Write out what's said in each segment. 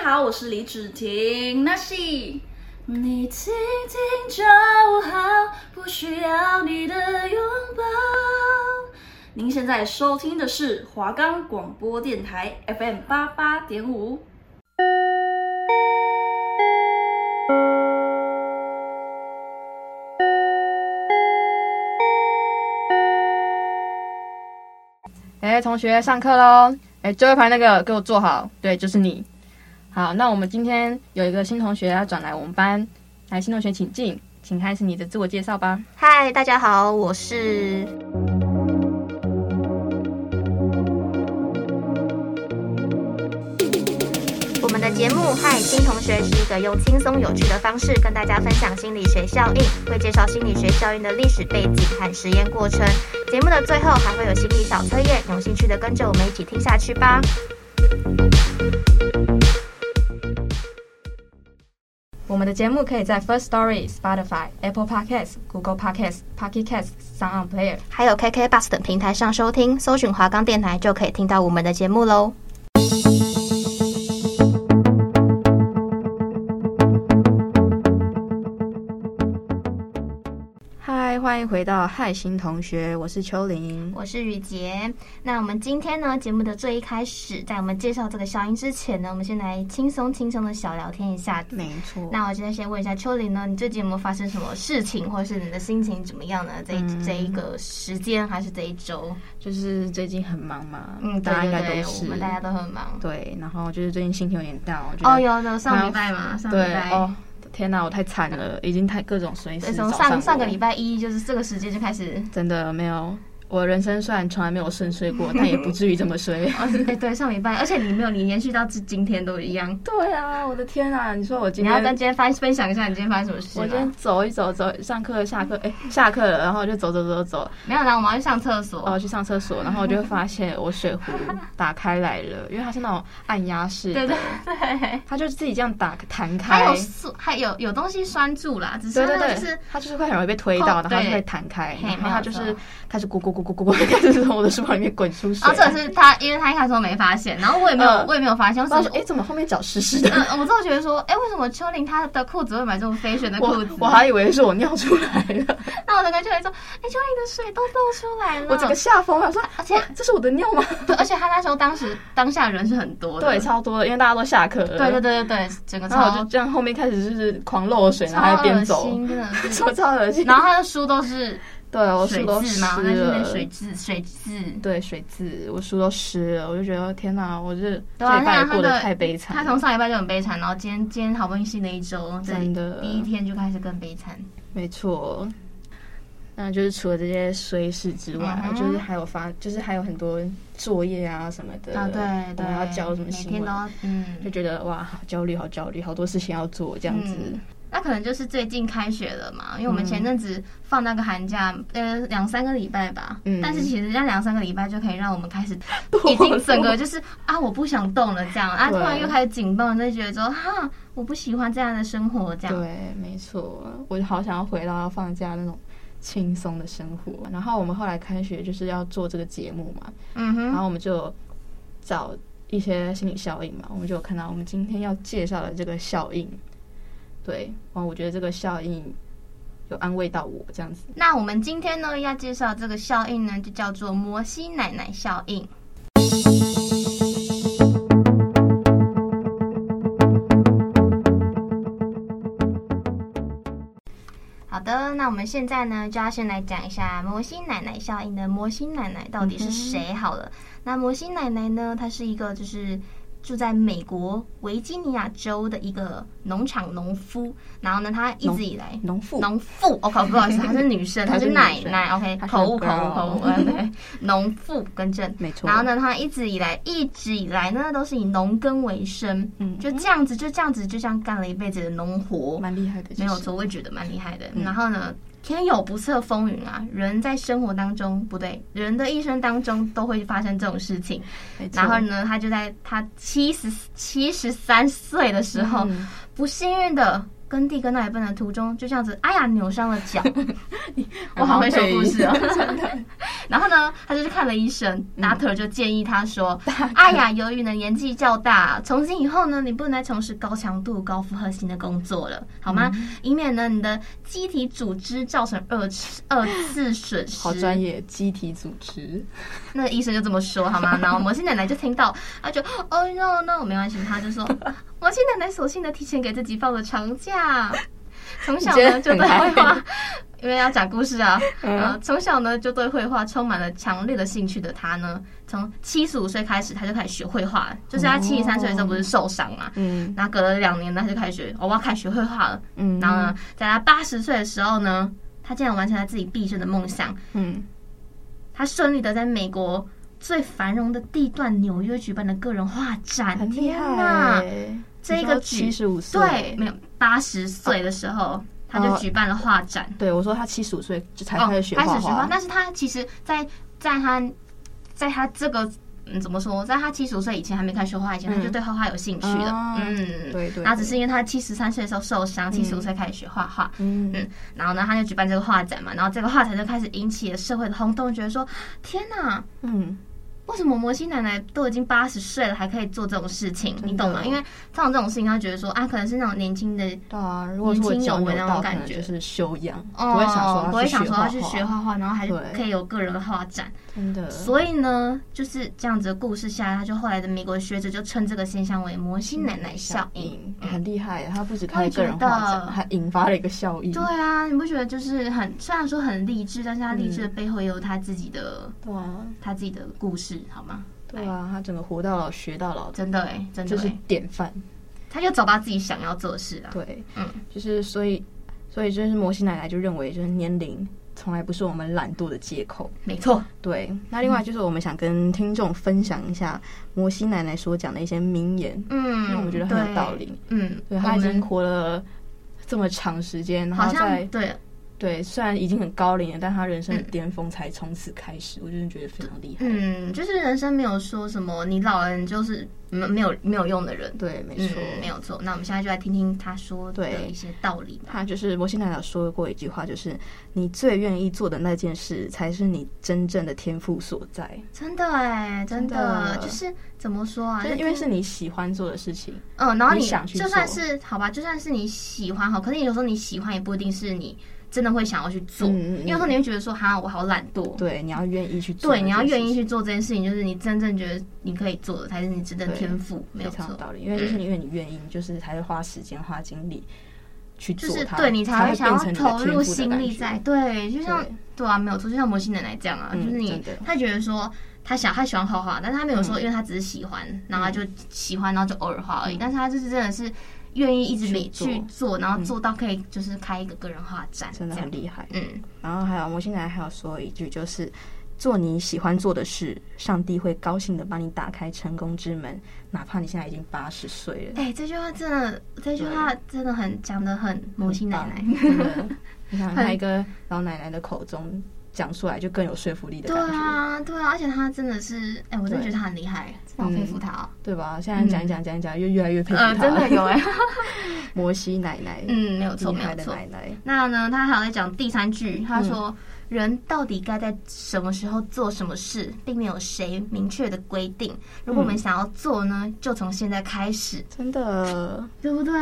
好，我是李芷婷，那是你听听就好，不需要你的拥抱。您现在收听的是华冈广播电台 FM 八八点五。哎、同学，上课喽！哎、最后一排那个给我坐好，对，就是你。好，那我们今天有一个新同学要转来我们班，来，新同学请进，请开始你的自我介绍吧。嗨，大家好，我是我们的节目《嗨新同学》是一个用轻松有趣的方式跟大家分享心理学效应，会介绍心理学效应的历史背景和实验过程。节目的最后还会有心理小测验，有兴趣的跟着我们一起听下去吧。我们的节目可以在 First Story、Spotify、Apple Podcasts、Google Podcasts、Pocket Casts、Sound On Player。还有 KK Bus 等平台上收听，搜寻华冈电台就可以听到我们的节目喽。嗨，欢迎回到嗨新同学，我是秋玲。我是雨杰。那我们今天呢，节目的最一开始，在我们介绍这个效应之前呢，我们先来轻松轻松的小聊天一下。没错，那我现在先问一下秋玲呢，你最近有没有发生什么事情，或者是你的心情怎么样呢？这一、嗯这一个时间还是这一周？就是最近很忙嘛，嗯，对大家应对该都对，我是，们大家都很忙。对。然后就是最近心情有点 down，我觉得哦，有有上礼拜嘛，上礼对拜。哦，天哪，我太惨了，已经太各种随对，时从找上我上个礼拜一，就是这个时间就开 始，真的没有。我人生虽然从来没有顺遂 过，但也不至于这么衰。 哎，对，上礼拜，而且你没有，你延续到至今天都一样。对啊，我的天啊！你说我今你要跟天，今天发分享一下你今天发生什么事我今天吗？走一走，走上课下课，哎，下课了，然后就走走走走，没有啦，我们要去上厕所。哦，去上厕所，然后我就会发现我水壶打开来了，因为它是那种按压式对的 对，对，它就自己这样打弹还开有，酸，还有有东西拴住啦，只对是对那个就对是，它就是会很容易被推到，哦然后它对就会弹开，嘿然后它就没有是错开始咕咕咕咕咕 咕咕，开始从我的书包里面滚出水，然后哦这是他，因为他一开始都没发现，然后我也没有，嗯我也没有发现，然后我说只哎，是怎么后面脚湿湿的？嗯，我之后觉得说，哎、为什么秋玲她的裤子会买这种飞旋的 裤我子？嗯我还以为是我尿出来了，那我就跟秋玲说，哎、秋玲的水都漏出来了。我整个吓疯了，我说而且哇这是我的尿吗？对，而且她那时候当时当下人是很多的，对，超多的，因为大家都下课了，对对对对对，整个然后我超就这样后面开始就是狂漏水，然后超还边恶走， 心，真的是。说超恶心，然后她的书都是对我水书 都渍湿嘛，那是那了，水渍水渍。对水渍，我书都湿了，我就觉得天哪，我这这对啊礼拜他他过得的太悲惨她了。从上礼拜就很悲惨，然后今天今天好不容易新的一周，这真的第一天就开始更悲惨。没错，那就是除了这些衰事之外，嗯哼就是还有发，就是还有很多作业啊什么的啊，对我对，们要交什么每新天闻都，要嗯就觉得哇，好焦虑，好焦虑，好多事情要做这样子。嗯 那可能就是最近开学了嘛，因为我们前阵子放那个寒假，呃，两三个礼拜吧。嗯但是其实那两三个礼拜就可以让我们 开始，堕已经落整个就是啊，我不想动了这样啊，突对然又开始紧绷，就觉得说哈，我不喜欢这样的生活这样。对，没错，我好想要回到放假那种轻松的生活。然后我们后来开学就是要做这个节目嘛，嗯然哼，后我们就找一些心理效应嘛，我们就有看到我们今天要介绍的这个效应，对，哇，我觉得这个效应有安慰到我这样子。那我们今天呢要介绍这个效应呢，就叫做摩西奶奶效应。好的，那我们现在呢，就要先来讲一下摩西奶奶效应的摩西奶奶到底是谁好了。那摩西奶奶呢，她是一个就是住在美国维吉尼亚州的一个农场农夫，然后呢，她一直以来农妇农妇，我、靠，不好意 思，她是女生，她她是是奶女生奶，OK，她是口误口 girl 误口 误，嗯对，农妇更正。没错然后呢，她一直以来一直以来呢，都是以农耕为生，嗯就这样子，就这样子，就这样干了一辈子的农活，蛮厉害的，没有其实错，我也觉得蛮厉害的。嗯然后呢，天有不测风云啊，人在生活当中不对，人的一生当中都会发生这种事情。没错然后呢，他就在他七十七十三岁的时候，嗯不幸运的。耕地耕到一半的 途中，就这样子，哎呀，扭伤了脚。我好会说故事哦。啊 然后呢，他就去看了医生，达特就建议他说：“哎呀，由于呢年纪较大，从今以后呢，你不能再从事高强度、高负荷性的工作了，好吗？以免呢你的机体组织造成二次二次损失。”好专业，机体组织。那个医生就这么说，好吗？ 然后摩西奶奶就听到，她就哦 no no，没关系，她就说，摩西奶奶索性的提前给自己放了长假，从小呢你就觉得对绘很嗯画， 因为要讲故事啊，呃，从小呢就对绘画充满了强烈的兴趣的她呢，从七十五岁开始，她就开始学绘画，就是哦她七十三岁的时候不是受伤嘛，嗯然后隔了两年呢，她就开始学，哦我要开始学绘画了，嗯然后呢，在她八十岁的时候呢，她竟然完成了自己毕生的梦想。嗯，他顺利的在美国最繁荣的地段纽约举办了个人画展。很厉天害哪！欸。这个七举十五岁，对，没有八十岁的时候，他就举办了画展，对，我说哦他七十五岁就才哦开始学开画始学画。画，但是他其实在，在他，在他这个。嗯，怎么说？在他七十岁以前还没开始学画以嗯前，他就对画画有兴趣哦了。嗯，对对那只是因为他七十三岁的时候受伤，七十五岁开始学画画。嗯嗯，然后呢，他就举办这个画展嘛，然后这个画展就开始引起了社会的轰动，觉得说：天哪，嗯，为什么摩西奶奶都已经八十岁了，还可以做这种事情？真的你懂吗？因为通常这种事情，她觉得说啊，可能是那种年轻的，对啊，如果是我年轻有脚为扭那种到，可感能觉就是修养，哦，不会想说不会想说要要去去学学画画，画画，然后还是对可以有个人的画展。真的，所以呢，就是这样子的故事下来，他就后来的美国学者就称这个现象为摩西奶奶效应。嗯很厉害耶，他不止我开也个人觉得画展，还引发了一个效益，对啊，你不觉得就是很虽然说很励志，但是他励志的背后也有他自己的对啊，他自己的故事，好吗？对啊，他整个活到老学到老，真的哎、真就的哎、是典范，他就找到自己想要做的事啊。对，嗯，就是所以所以就是摩西奶奶就认为，就是年龄从来不是我们懒惰的借口。没错，对，那嗯另外就是我们想跟听众分享一下摩西奶奶所讲的一些名言，嗯，因为我们觉得很有道对。理。嗯，对，我她已们经活了这么长时间，然好后像在对，对，虽然已经很高龄了，但她人生的巅峰才从此开始，我真的觉得非常厉害。嗯，就是人生没有说什么，你老了你就是没没有没有用的人，对，没嗯错，，没有错。那我们现在就来听听他说的对一些道理吧。他就是摩西奶奶说过一句话，就是你最愿意做的那件事，才是你真正的天赋所在。真的哎，真真的的，就是怎么说啊？就是就因为是你喜欢做的事情，嗯，然后你想去就算做是好吧，就算是你喜欢好，可是有时候你喜欢也不一定是你真的会想要去做，嗯嗯嗯因为有时候你会觉得说哈，我好懒惰。对，你要愿意去做。对，你要愿意，去做这件事情，就是你真正觉得你可以做的，才是你真正的天赋，非没有常有错。嗯道理。因为就是因为你愿意，你就是才会花时间、花精力去就做是它，对你才才会想变成你的要投天入赋的心感力觉在，对，就像对对啊，没有错，就像摩西奶奶这样啊，嗯就是你真的嗯她觉得说她想她喜欢画画，但是她没有说，因为她只是喜欢，然后她就喜欢，然后就偶尔画而已，但是她就是真的是愿意一直每做嗯去做，然后做到可以就是开一个个人画展，真的这很样厉害。嗯，然后还有摩西奶奶还有说一句，就是做你喜欢做的事，上帝会高兴的帮你打开成功之门，哪怕你现在已经八十岁了。哎，这句话真的，这句话真的很讲的很摩西奶奶，真的，你想他一个老奶奶的口中讲出来，就更有说服力的对感觉，啊，对啊，而且她真的是，哎，我真的觉得她很厉害，真的好佩服她哦，对吧？现在讲一讲讲一讲，又越来越嗯佩服呃，他。真 的有哎。摩西奶奶，嗯，没有错，厉嗯没害有的错。奶奶，那呢，他还有在讲第三句，他说、人到底该在什么时候做什么事，并没有谁明确的规定。如果我们想要做呢，就从现在开始，真的，对不对？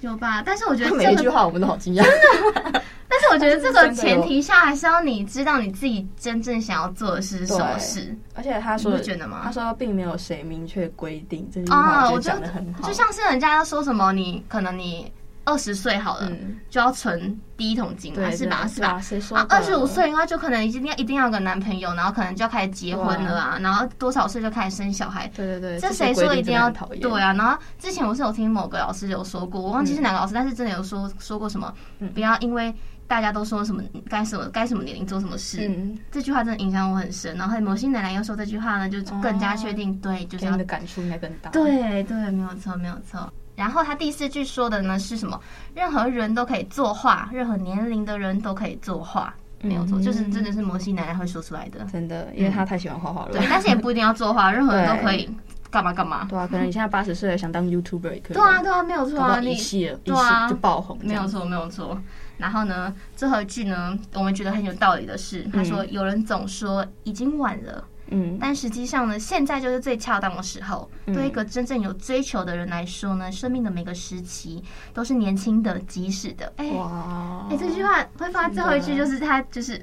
有吧？但是我觉得每一这句个，话我们都好惊讶，真但是我觉得真这个的前提下，还是要你知道你自己真正想要做的是什么对事。而且他说你不觉得吗他说并没有谁明确规定这句啊话，我我觉觉得得讲的很好，就像是人家要说什么，你可能你二十岁好了，嗯就要存第一桶金嘛，对嗯是吧？对是吧对啊？谁说啊，的二十五岁的话，就可能一定要一定要有个男朋友，然后可能就要开始结婚了啊，然后多少岁就开始生小孩。对对对，这些谁规说定一定真的要很讨厌？对啊？然后之前我是有听某个老师有说过，我忘记是哪个老师，嗯但是真的有说说过什么，不要因为大家都说什么该什么该什么年龄做什么事，嗯，这句话真的影响我很深。然后摩西奶奶又说这句话呢，就更加确定，对，就是给哦要你的感触应该更大。，对对，没有错，没有错。然后他第四句说的呢是什么？任何人都可以作画，任何年龄的人都可以作画，没有嗯错，就是真的是摩西奶奶会说出来的。嗯真的，因为他太喜欢画画了对，。但是也不一定要作画，任何人都可以。干嘛干嘛。 对啊，可能你现在八十岁了，想当 YouTuber 也可以。对啊，，对啊，没有错搞不啊，好一你夕了，一对啊夕就爆红这没样。有错，没有错。然后呢，这合句呢，我们觉得很有道理的是，他说有人总说已经晚了，嗯，但实际上呢，现在就是最恰当的时候。对一个真正有追求的人来说呢，生命的每个时期都是年轻的、及时的。哎、哇，哎，这句话会放在最后一句，就是他就是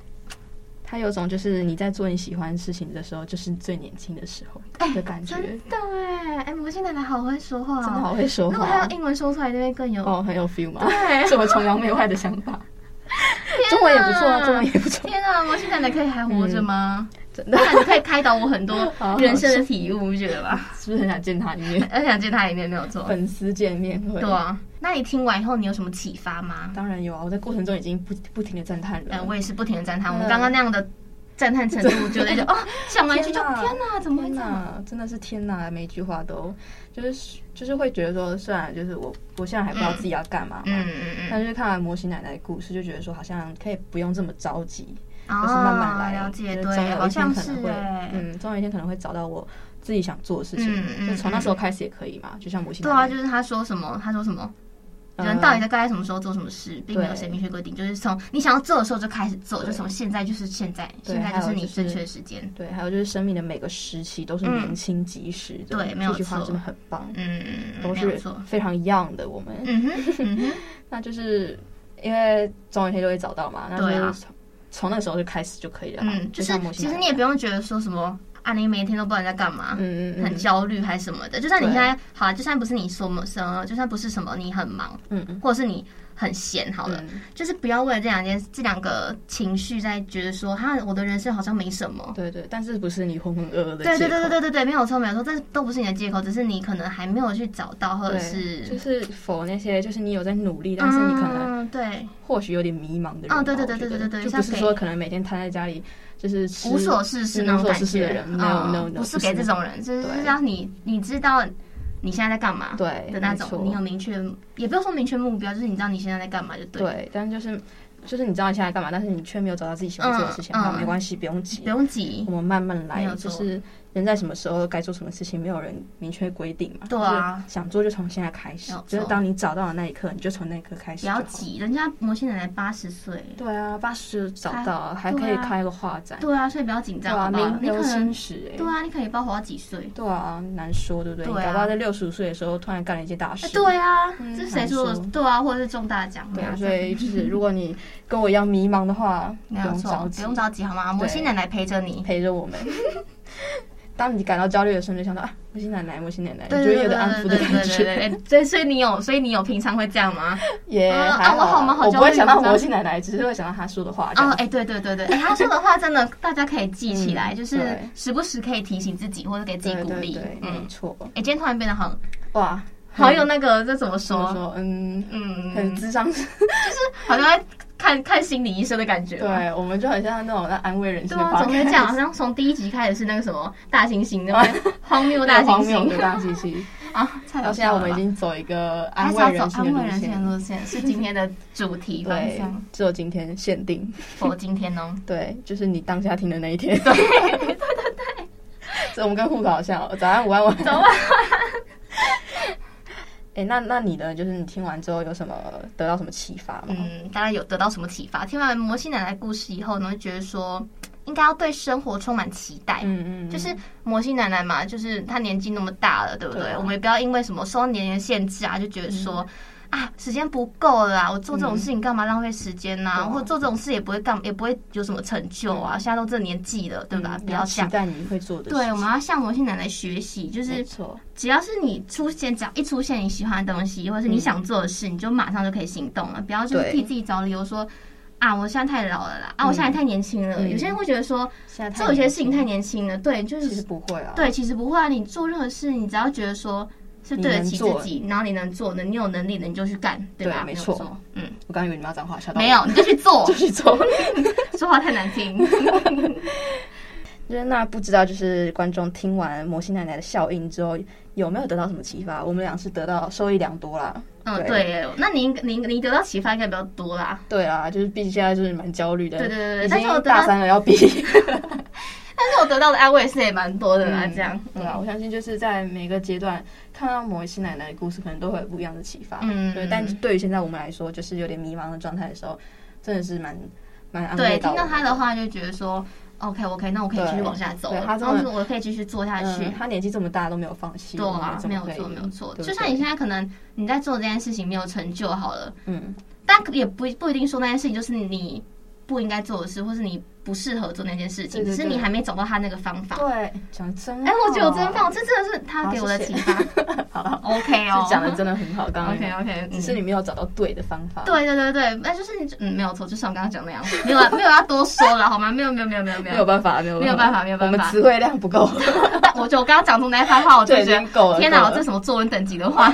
他有种就是你在做你喜欢的事情的时候，就是最年轻的时候的感觉，真的哎哎，母亲奶奶好会说话、哦，真的好会说如果他话用。英文说出来，就会更有。哦，很有 feel 嘛，哎对，这么崇洋媚外的想法。中文也不错，啊，中文也不错，天啊，母亲奶奶可以还活着吗？嗯真的那你可以开导我很多 好好人生的体悟，你觉得吧？是不是很想见他一面？很想见他一面，没有错。粉丝见面会，对啊，那你听完以后，你有什么启发吗？当然有啊，我在过程中已经不不停的赞叹嗯，了。我也是不停的赞叹，我们嗯刚刚那样的赞叹程度，觉得就哦，想完一句就天哪天哪，怎么会天这样？呐，真的是天呐！每一句话都就是就是会觉得说，虽然就是我我现在还不知道自己要干嘛嘛，嗯嗯 嗯，但是看完模型奶奶的故事，就觉得说好像可以不用这么着急，啊，就是慢慢来，了解，就是总对，有好一天像可是能会哎，，嗯，总有一天可能会找到我自己想做的事情，嗯嗯就从那时候开始也可以嘛，就像模型对奶啊，奶，就是他说什么，他说什么。呃人到底在该什么时候做什么事，并没有对谁明确规定，就是从你想要做的时候就开始做，对就从现在就是现在，对现在就是还有你就是正确的时间。对，还有就是生命的每个时期都是嗯年轻及时的，对没有这句话错真的很棒，嗯，都没有是错。非常 young 的我们，嗯哼，嗯哼，那就是因为总有一天就会找到嘛，那对啊就是从从那个时候就开始就可以了嘛。 嗯，就像是模型其奶实奶你也不用觉得说什么啊，你每一天都不知道你在干嘛，嗯嗯嗯很焦虑还是什么的。就算你对现在好啊，就算不是你什么什么，就算不是什么你很忙，嗯嗯或者是你很闲，好了，嗯，就是不要为了这两件这两个情绪在觉得说，哈，我的人生好像没什么，对对，但是不是你浑浑噩噩的对对借口对对对对对，没有错没有错，这都不是你的借口，只是你可能还没有去找到，或者。对就是是否那些就是你有在努力，但是你可能嗯、对或许有点迷茫的人吧。哦对对对我觉得对对对对就像不是给说可能每天瘫在家里就是吃无所事事嗯那种无所感事事觉的人，no 嗯 no no，不是给这种人，就是对让你你知道你现在在干嘛对的那没错种，你有明确，也不用说明确目标，就是你知道你现在在干嘛就对了，对，但就是就是你知道你现在干嘛，但是你却没有找到自己喜欢做的事情，嗯好嗯没关系，不用急不，用急我。们慢慢没来有，就错是人在什么时候该做什么事情，没有人明确规定嘛。对啊就是想做就从现在开始没有，就是错当你找到的那一刻，你就从那一刻开始。不要。急，人家摩西奶奶八十岁，对啊，八十找开到啊，还对可以啊开个画展，对啊，所以不要紧对张，啊，好不好？名你留可青能史哎。对啊，你可以不知道活到几岁？对啊，难说，对不对？对你啊搞不好在六十五岁的时候突然干了一件大事。哎对啊，嗯这谁说的难？说对啊，或者是中大奖，对没有啊，错所以就是如果你跟我一样迷茫的话，不没有用错着，急，不用着急好吗？摩西奶奶陪着你，陪着我 们。当你感到焦虑的时候，你就想到啊，母亲奶奶，母亲奶奶，对你就对会对有对点安抚对的对感对觉。对对，所以所以你有，所以你有平常会这样 吗？也嗯还啊我好啊忙好我焦不会虑想好到焦魔虑性奶奶，只是会想到她说的话。这哦样，哎，对对对对，哎，他说的话真的，大家可以记起嗯来，就是对时不时可以提醒自己，或者给自己对鼓对励对，。没嗯，错。哎，今天突然变得好哇，好有那个，这怎么怎么说？说？嗯，很嗯，智商。好像在看看心理医生的感觉。对，我们就很像那种在安慰人心嗯对的啊，话怎么会 这样？好像从第一集开始是那个什么大猩猩，那种荒谬大猩荒谬的猩大猩猩。啊！太到 好现在笑我了们已吧。经走一个还安是慰要走人心的安慰路人心的线。路线是今天的主题 方对向，只有今天限定。否？今天呢？对，就是你当下听的那一天。对对对对。所以我们跟户口好像哦，早安、午安、晚安。早 安。哎，那那你呢？就是你听完之后有什么得到什么启发吗？嗯，大家有得到什么启发？听完摩西奶奶故事以后呢，就觉得说应该要对生活充满期待。嗯嗯，就是摩西奶奶嘛，就是她年纪那么大了，对不对？对啊嗯我们也不要因为什么受到年龄的限制啊，就觉得说、啊，时间不够了啊，我做这种事情干嘛浪费时间呐、对啊或者做这种事也不会干，也不会有什么成就啊。现在都这啊年纪了，对吧？嗯不你要要期想。待你会做的事情。对，我们要向摩西奶奶学习，就是没错，只要是你出现，只要一出现你喜欢的东西，或者是你想做的事，你就马上就可以行动了，不要就是嗯对替自己找理由说啊，我现在太老了啦，啊，我现在太年轻了。嗯有些人会觉得说，现在太做有些年事情轻太年轻了，对，就其实是不会啊。对，其实不会啊，你做任何事，你只要觉得说是对得起自己，然后你能做的，你有能力的你就去干，吧？对没有错错，嗯，我刚以为你们要讲话，吓到我没有，你就去做 就，去做。说话太难听。就是那不知道，就是观众听完魔性奶奶的效应之后，有没有得到什么启发？我们俩是得到受益良多啦。嗯，对 对耶，那你应你你得到启发应该比较多啦。对啊，就是毕竟现在就是蛮焦虑的，对对对对已但是我经得到大三了要毕业，但是我后得到的安慰是也蛮多 的啦，嗯这样。对啊，我相信就是在每个阶段看到某一些奶奶的故事，可能都会有不一样的启发。嗯对。但对于现在我们来说，就是有点迷茫的状态的时候，真的是蛮蛮安对，慰听我到们他的话就觉得说，OK OK，那我可以继续对往下走对了，他然这后么我可以继续做下去。嗯，他年纪这么大都没有放弃，对我们啊，怎没么有会错，没有错。对不嗯就像对你现在可能你在做这件事情没有成就好了，嗯，但也不不一定说那件事情就是你不应该做的事，或是你不适合做那件事情，对对只是你对还没找到他那个方法。对，讲真，哎、我觉得我真 棒，，这真的是他给我的启发。好了， OK 哦 这，讲的 真的很好，刚刚 OK OK，只是你没有找到对的方法，，对对对对，那就是你嗯没有错，就像我刚刚讲那样，没有啊，没有要多说了好吗？没有没有没有没有没没有有，办法，没有没有办法没有办法我们词汇量不够，但我觉得我刚刚讲出那一番话，我就这已觉经够得了，天够哪，了这什么作文等级 的话？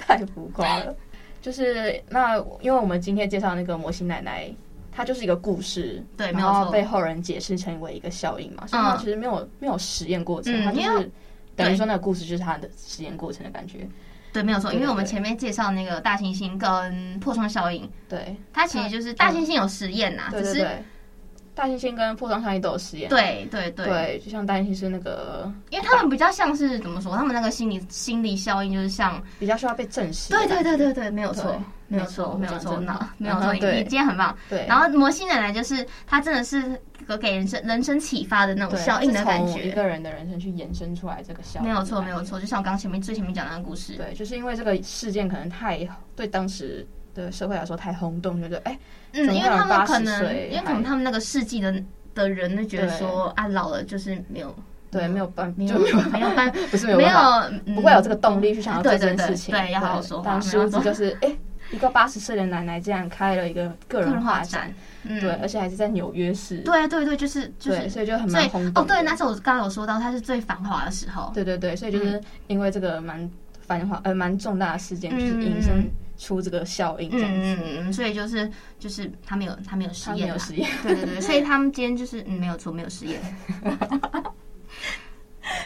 太浮夸了。就是那，因为我们今天介绍那个魔性奶奶，它就是一个故事，对没有然后错被后人解释成为一个效应嘛，所以它嗯其实没有没有实验过程，嗯它就因是等于说那个故事就是它的实验过程的感觉。对，没有错，对对因为我们对前面介绍那个大猩猩跟破窗效应，对，它其实就是大猩猩有实验呐，对啊只嗯对是对，大猩猩跟破窗效应都有实验，对对对，对，就像大猩猩是那个因为他们比较像是怎么说，他们那个心理心理效应就是像，比较需要被证实的对感觉，对对对对，没有错对，没有没错错，没有错，讲真的那没有嗯错，哼你对你今天很棒。对，然后魔性奶奶就是她真的是个给人生人生启发的那种对效应的感是从一觉，个人的人生去延伸出来这个效应，没有错，没有。错，就像我刚前面最前面讲的那个故事，对，就是因为这个事件可能太对当时的社会来说太轰动，就觉得哎、怎嗯，么因为会有他们80可能，岁因为可能还他们那个世纪的的人就觉得对说啊，老了就是没 有对，没有办没就有没有办没有办 不是没有没办法，有嗯不会有这个个动力去想要做对这对件对事情。对要好好说话但没殊不办知法就是哎、一个八十岁的奶奶竟然开了一个个个人人画展展，，嗯，对，而且还是在纽约市，对对对，就是就对，是所以就很最蛮轰哦动的。对，那时候我刚刚有说到，它是最繁华的时候，对对对，所以就是嗯因为这个蛮繁华呃蛮重大的事件，就是嗯嗯引申出这个效应这嗯样嗯子。嗯嗯，所以就是就是他没有他没有实他没验啊有啦，实验， 对对对，所以他们今天就是嗯没有错，没有实验。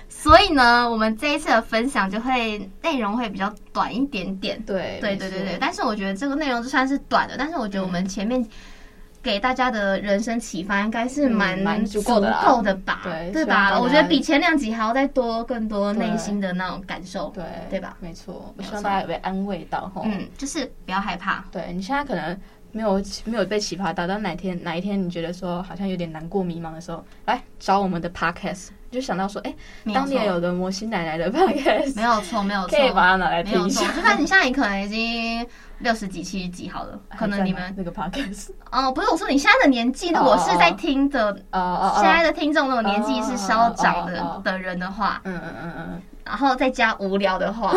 所以呢，我们这一次的分享就会内容会比较短一点点。对对没对错对对，但是我觉得这个内容就算是短的，但是我觉得我们前面给大家的人生启发应该是蛮嗯蛮足足够的啦够的吧，对对希望大吧？家我觉得比前两集还要再多更多对内心的那种感受。对对吧？没错，我没有希望错大家有被安慰到吼。嗯，就是不要害怕，对你现在可能没有没有被启发到，但哪天哪一天你觉得说好像有点难过、迷茫的时候，来找我们的 podcast，就想到说，哎、没有当年错，有个摩西奶奶的没 podcast，有错，没有错，可以把它拿来没听有一下错，。就算你现在你可能已经六十几、七十几好了，可能你还在们吗那个 podcast，哦，不是我说你现在的年纪呢，哦我是在听的，哦哦现在哦，的听众那种年纪是稍长的、哦哦哦的人的话，嗯嗯嗯然后再加无聊 的话，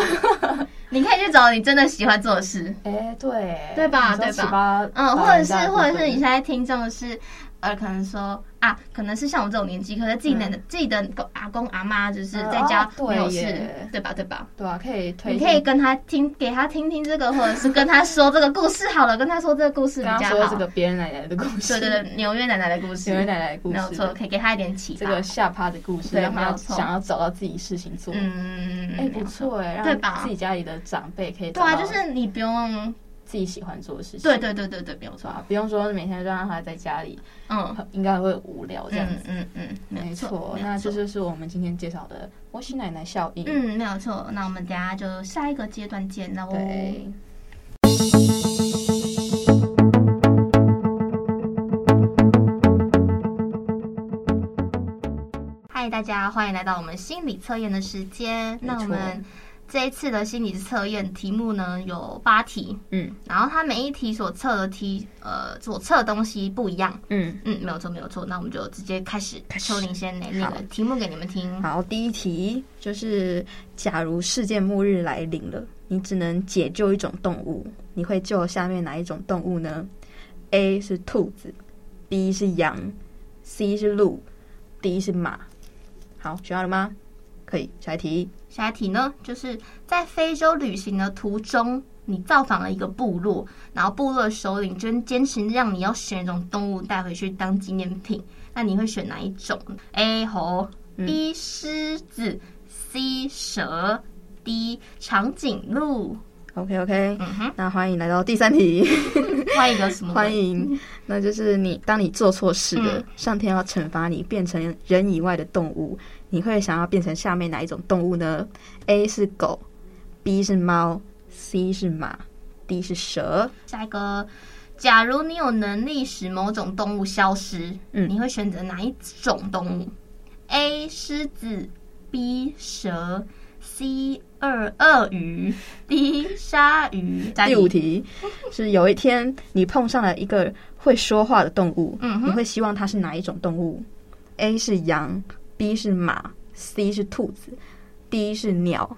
你可以去找你真的喜欢做的事，嗯，哎、对，对吧你说对吧启发嗯，老或者人是家的部或分者是你现在听众是。呃，可能说啊，可能是像我这种年纪，可能自己的、自己的公阿公阿妈就是嗯在家哦对没有事，耶对吧？对吧？对吧、可以推你荐，可以跟他听，给他听听这个，或者是跟他说这个故事好了，跟他说这个故事比跟他较说好。这个别人奶奶的故事，对对对，纽约奶奶的故事， 别人奶奶的故事，没有错，可以给他一点启发。这个下趴的故事，对让没他有错想要找到自己事情做。嗯，哎、不错哎、对让吧自己家里的长辈可以对找啊，到就是你不用，自己喜欢做的事情，对对对对对，没有是错，吧？不用说每天都让他在家里，嗯应该会无聊这样嗯子。嗯嗯，没错错，，那这没有错就是我们今天介绍的摩西奶奶效应。，嗯，没有错。那我们等一下就下一个阶段见了哦。对。嗨，大家欢迎来到我们心理测验的时间。没错那我们这一次的心理测验题目呢有八题，嗯然后它每一题所测的题，呃，所测的东西不一样。嗯，嗯，没有错，没有错。那我们就直接开始，秋玲先来那好个题目给你们听。好，第一题就是，假如世界末日来临了，你只能解救一种动物，你会救下面哪一种动物呢？A 是兔子，B 是羊，C 是鹿，D 是马。好，选好了吗？可以，下一题。下一题呢，就是在非洲旅行的途中，你造访了一个部落，然后部落的首领就坚持让你要选一种动物带回去当纪念品，那你会选哪一种？A 猴，B 狮子，C 蛇，D 长颈鹿。 OK OK，嗯哼，那欢迎来到第三题，换一个什么？欢迎。那就是你，当你做错事了，嗯上天要惩罚你变成人以外的动物，你会想要变成下面哪一种动物呢？A 是狗，B 是猫，C 是马，D 是蛇。下一个，假如你有能力使某种动物消失，嗯你会选择哪一种动物？A. 狮子，B. 蛇，C. 鳄鳄鱼，D. 鲨鱼。第五，题是有一天你碰上了一个会说话的动物，嗯哼你会希望它是哪一种动物？A 是羊，B 是马，C 是兔子，D 是鸟。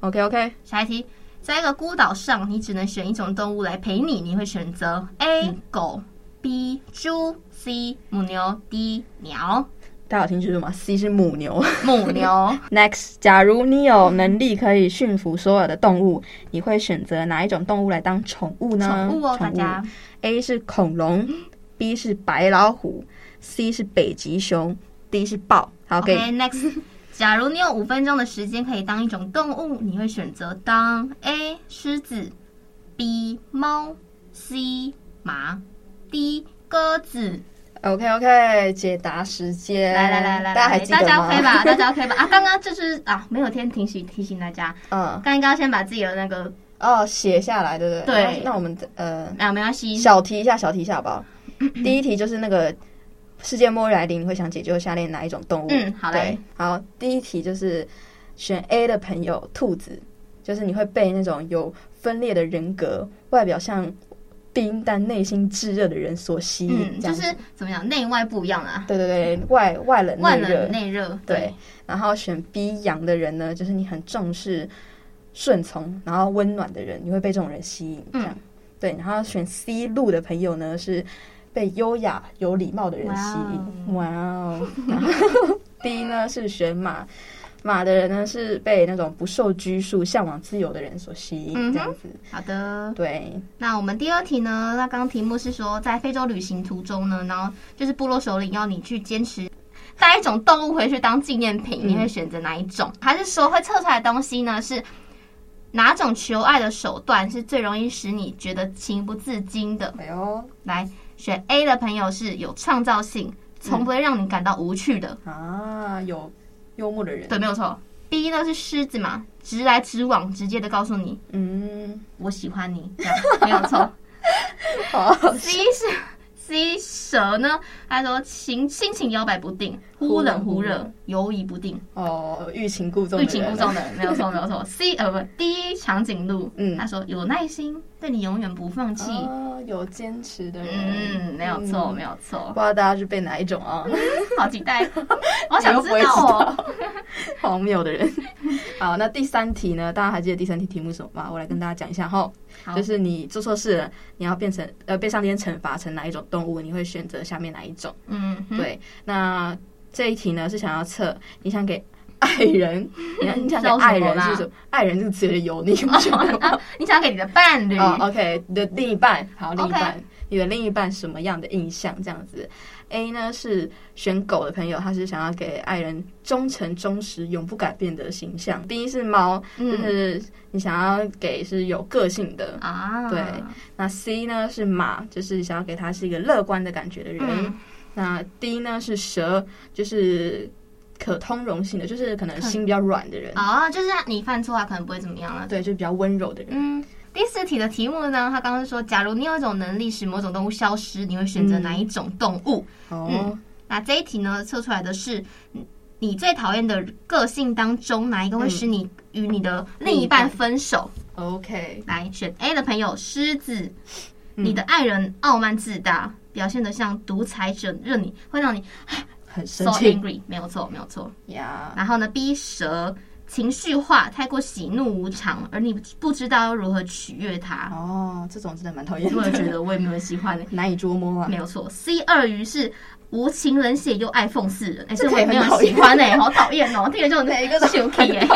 OK OK，下一题，在一个孤岛上，你只能选一种动物来陪你，你会选择 A. 嗯狗，B. 猪，C. 母牛，D. 鸟。大家有听清楚吗？C 是母牛。母牛， Next，假如你有能力可以驯服所有的动物，你会选择哪一种动物来当嗯宠物呢？宠物哦，大家。 A 是恐龙，B 是白老虎，C 是北极熊，D 是豹。好，给 OK，next，、假 如你有五分钟的时间可以当一种动物，你会选择当 A 狮子，B 猫，C 马，D 鸽子。 OK OK，解答时间。来来来来呃大家还来，记得吗？大家 OK 吧？大家 OK 吧？啊，刚刚就是啊，没有天提醒提醒大家，嗯，刚刚先把自己的那个哦，写下来，对不对？对那那我们呃，啊，没关系，小题一下，小题一下好 不好？第一题就是那个世界末日来临，你会想解救下列哪一种动物？嗯好嘞对。好，第一题就是选 A 的朋友兔子，就是你会被那种有分裂的人格、外表像冰但内心炙热的人所吸引，嗯，这就样子是怎么样，内外不一样啊，对对对，外外冷外内热冷。内热，对，，然后选 B 羊的人呢，就是你很重视顺从，然后温暖的人，你会被这种人吸引。这样、嗯对，然后选 C 鹿的朋友呢，是被优雅有礼貌的人吸引。哇哦！ 然后 D 呢是选马，马的人呢是被那种不受拘束、向往自由的人所吸引。嗯哼这样子，好的。对，那我们第二题呢？那刚刚题目是说，在非洲旅行途中呢，然后就是部落首领要你去坚持带一种动物回去当纪念品，嗯你会选择哪一种？还是说会测出来的东西呢是哪种求爱的手段是最容易使你觉得情不自禁的？哎呦来，选 A 的朋友是有创造性，从不会让你感到无趣的。啊，有幽默的人，对，没有错。B 呢是狮子嘛，直来直往，直接的告诉你嗯，我喜欢你，这样没有错。好， C 是 C 蛇呢？他说情心情摇摆不定，忽冷忽忽冷忽热热，犹疑不定，哦，欲擒故纵，欲擒故纵。的，没有错，没有错。C 呃不，D 长颈鹿，嗯他说有耐心，对你永远不放弃。哦，有坚持的人，嗯，没有错，嗯没有错不，知道大家是被哪一种 啊？好期待，我想你又知不会道哦。 荒谬的人。 好，那第三题呢？大家还记得第三题题目是什么吗？我来跟大家讲一下哈好，就是你做错事了，你要变成呃被上天惩罚成哪一种动物，你会选择下面哪一种？嗯，哼对，那这一题呢是想要测你想给爱人， 你想你想 给叫什么爱人啦是什么？爱人这个词有点油 腻，我觉得。啊，你想给你的伴侣哦、o k 你的另一半，好，另一 OK 半你的另一半什么样的印象？这样子，A 呢是选狗的朋友，他是想要给爱人忠诚、忠实、永不改变的形象。B 是猫，就嗯是你想要给是有个性的。啊，对那 C 呢是马，就是想要给他是一个乐观的感觉的人。嗯那 D 呢是蛇，就是可通融性的，就是可能心比较软的人，嗯啊，就是你犯错啊，可能不会怎么样了。对，就比较温柔的人。嗯，第四题的题目呢，他刚刚是说，假如你有一种能力使某种动物消失，你会选择哪一种动物？哦、嗯那这一题呢，测出来的是嗯你最讨厌的个性当中哪一个会使你与你的另一半分手？ o k 来选嗯 A 的朋友，狮子，你的爱人傲慢自大，表现得像独裁者，让你会让你很生 so 气 angry，没有错，没有错。呀。然后呢，B 蛇。情绪化，太过喜怒无常，而你不知道要如何取悦他。哦，这种真的蛮讨厌的，啊我也觉得我也没有喜欢、欸，难以捉摸啊没。有错。C 鳄鱼是无情冷血又爱讽刺人，哎、这这个我也很也没讨厌有喜欢哎、好讨厌哦！听着就哪一个 生气 哎。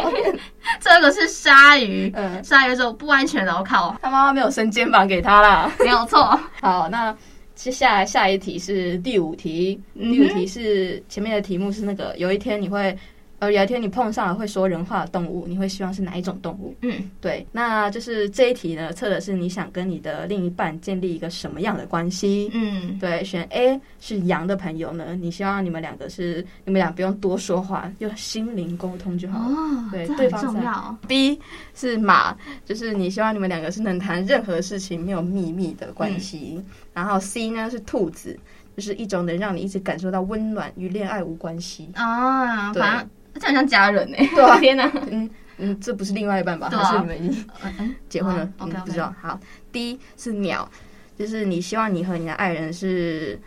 这个是鲨鱼，嗯，鲨鱼就不安全牢靠，他妈妈没有伸肩膀给他啦。没有错。好，那接下来嗯下一题是第五题，第五题是前面的题目是那个有一天你会。呃聊天你碰上了会说人话的动物，你会希望是哪一种动物？嗯，对，那就是这一题呢，测的是你想跟你的另一半建立一个什么样的关系。嗯，对，选 A 是羊的朋友呢，你希望你们两个是你们俩不用多说话，用心灵沟通就好了。哦，对这对很方啊重在要。 B 是马，就是你希望你们两个是能谈任何事情，没有秘密的嗯关系。然后 C 呢是兔子，就是一种能让你一直感受到温暖与恋爱无关系。啊，对反正这很像家人呢、对啊 天哪！嗯嗯，这不是另外一半吧？对啊还是你们已经嗯结婚了？哦，OK，OK 嗯，不知道。好，D 是鸟，就是你希望你和你的爱人是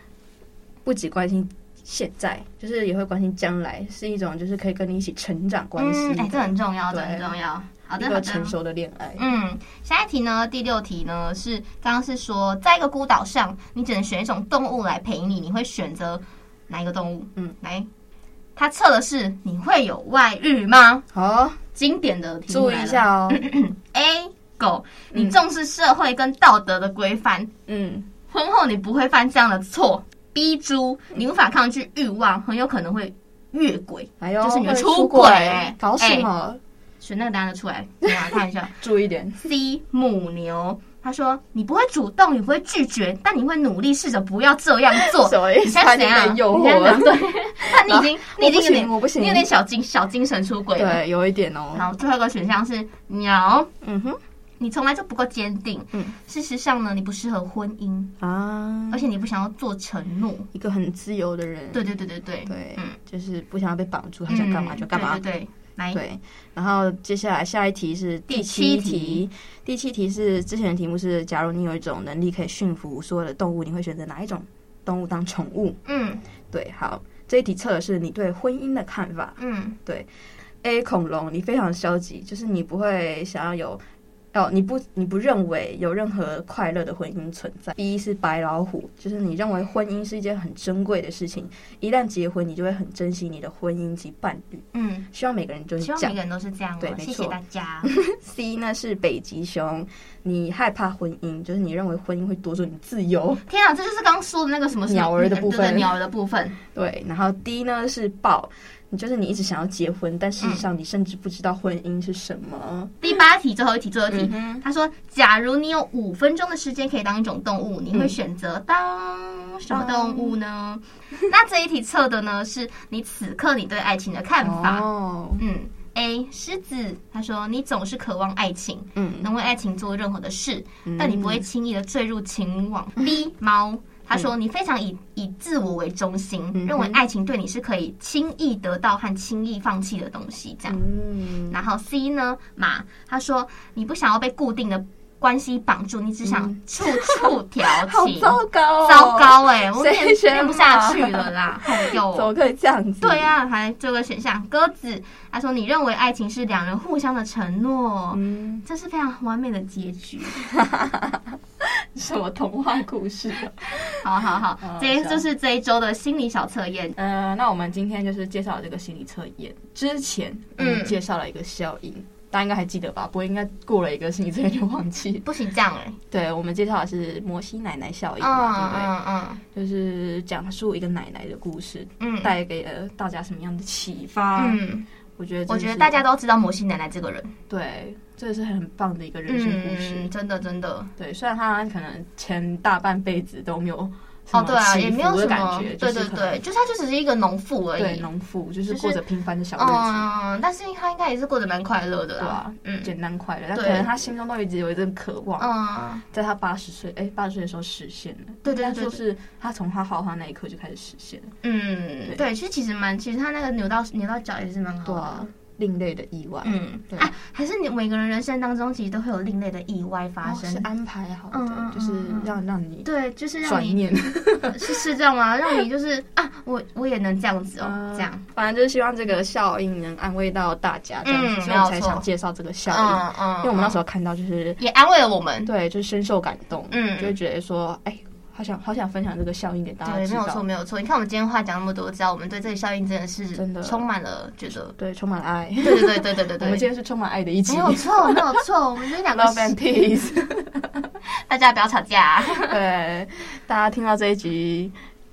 不只关心现在，就是也会关心将来，是一种就是可以跟你一起成长关系嗯，哎、这的，很重要，这对很重要。好的，一好个成的。啊熟的恋爱。嗯，下一题呢？第六题呢是刚刚是说，在一个孤岛上，你只能选一种动物来陪你，你会选择哪一个动物？嗯，来，他测的是你会有外遇吗？好，经典的题目注意来一了下哦。 A 狗，你嗯重视社会跟道德的规范，嗯，婚后你不会犯这样的错。B 猪，嗯你无法抗拒欲望，很有可能会越轨。哎呦，就是你的会出轨，轨哎搞什么？选那个答案的 出来，给大家看一下。注意点， C 母牛，他说你不会主动，你不会拒绝，但你会努力试着不要这样做。什么意你 思？现在怎样？诱你现在怎样惑， 啊对，但你已经，你已经有点，我不行，你有点小精小精神出轨了。对，有一点哦。然后最后一个选项是鸟，嗯哼，你从来就不够坚定。嗯事实上呢，你不适合婚姻，啊而，且你不想要做承诺。一个很自由的人，对对对对对，对嗯，就是不想要被绑住，他想干嘛就干嘛嗯。对对对，来，对，然后接下来下一题是第第七七题题，第七题是之前的题目是：假如你有一种能力可以驯服所有的动物，你会选择哪一种动物当宠物？嗯对，好，这一题测的是你对婚姻的看法。嗯 A 恐龙，你非常消极，就是你不会想要有，哦，你不你不认为有任何快乐的婚姻存在。B 是白老虎，就是你认为婚姻是一件很珍贵的事情，一旦结婚，你就会很珍惜你的婚姻及伴侣。嗯，希望每个人就是希望这样每个。人都是这样对哦，没谢谢错大家。 C 呢是北极熊，你害怕婚姻，就是你认为婚姻会夺走你自由。天啊，这就是刚刚说的那个什么什么鸟儿的部分对对对鸟儿的部分。对，然后 D 呢是豹，你就是你一直想要结婚，但事实上你甚至不知道婚姻是什么。第八题，最后一题，最后一题。嗯哼，他说：“假如你有五分钟的时间可以当一种动物，你会选择当什么动物呢？”嗯那这一题测的呢是你此刻你对爱情的看法。哦，嗯，A 狮子，他说：“你总是渴望爱情，嗯，能为爱情做任何的事，但你不会轻易的坠入情网。B 猫，他说你非常以以自我为中心，嗯哼认为爱情对你是可以轻易得到和轻易放弃的东西，这样。嗯，然后 C 呢马，他说你不想要被固定的关系绑住，你只想处处 调嗯好情。糟糕、哦，糟，糕哎、我谁念选念不下马去了啦，好 哟。怎么可以这样子？对、啊，还这个选项鸽子，他说你认为爱情是两人互相的承诺，嗯，这是非常完美的 结局。什么童话故事、啊？好好好好，这笑就是这一周的心理小测验。呃，那我们今天就是介绍这个心理测验。之前我们嗯介绍了一个效应，大家应该还记得吧？不会应该过了一个心理测验就忘记？不行，这样哎、对，我们介绍的是摩西奶奶效应嘛，嗯对不对？就是讲述一个奶奶的故事，嗯嗯嗯带给了大家什么样的启发？嗯，我觉得啊真的我是，觉得大家都知道摩西奶奶这个人，对，这是很棒的一个人生故事。嗯，真的真的，对，虽然他可能前大半辈子都没有什哦么对啊，起也没有伏什的么感觉，，就对对是可能对，就是他就只是一个农妇而对已，农妇就是就是过着平凡的小日子，嗯，但是他应该也是过得蛮快乐的对啦，啊，嗯简单快乐，但对可能他心中都一直有一阵渴望，嗯，在他八十岁，哎，八十岁的时候实现了。对对应该对说对是他从他画画那一刻就开始实现了。嗯，对，其实其实蛮，其实他那个扭到扭到脚也是蛮好对的，啊，另类的意外，嗯对啊，还是你每个人人生当中其实都会有另类的意外发哦生是，安排好嗯嗯嗯的，就是让让你对，就是让转你念。是是这样吗？让你 就是啊，我我也能这样子哦，呃这样，嗯反正就是希望这个效应能安慰到大家，这样嗯子，所以我没才有错想介绍这个效应，嗯嗯，啊因为我们那时候候看到就是也安慰了我们，对，就是深受感动，嗯就会觉得说，哎，好想好想分享这个效应给大家对，啊知没有错，道，没有错。你看我们今天话讲那么多，知道我们对这个效应真的是真的充满了觉得，对，充满爱。对对对对对对 我们今对。天是充满爱的一集没有错，没有错，我们就是两 个，Love and Peace。 大家不要吵架啊、对，大家听到这一集，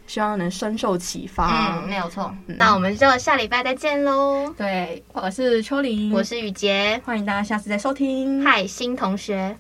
希望能深受启发。嗯，没有错。那我们就下礼拜再见喽。对，我是秋玲，我是雨杰，欢迎大家下次再收听。嗨，新同学。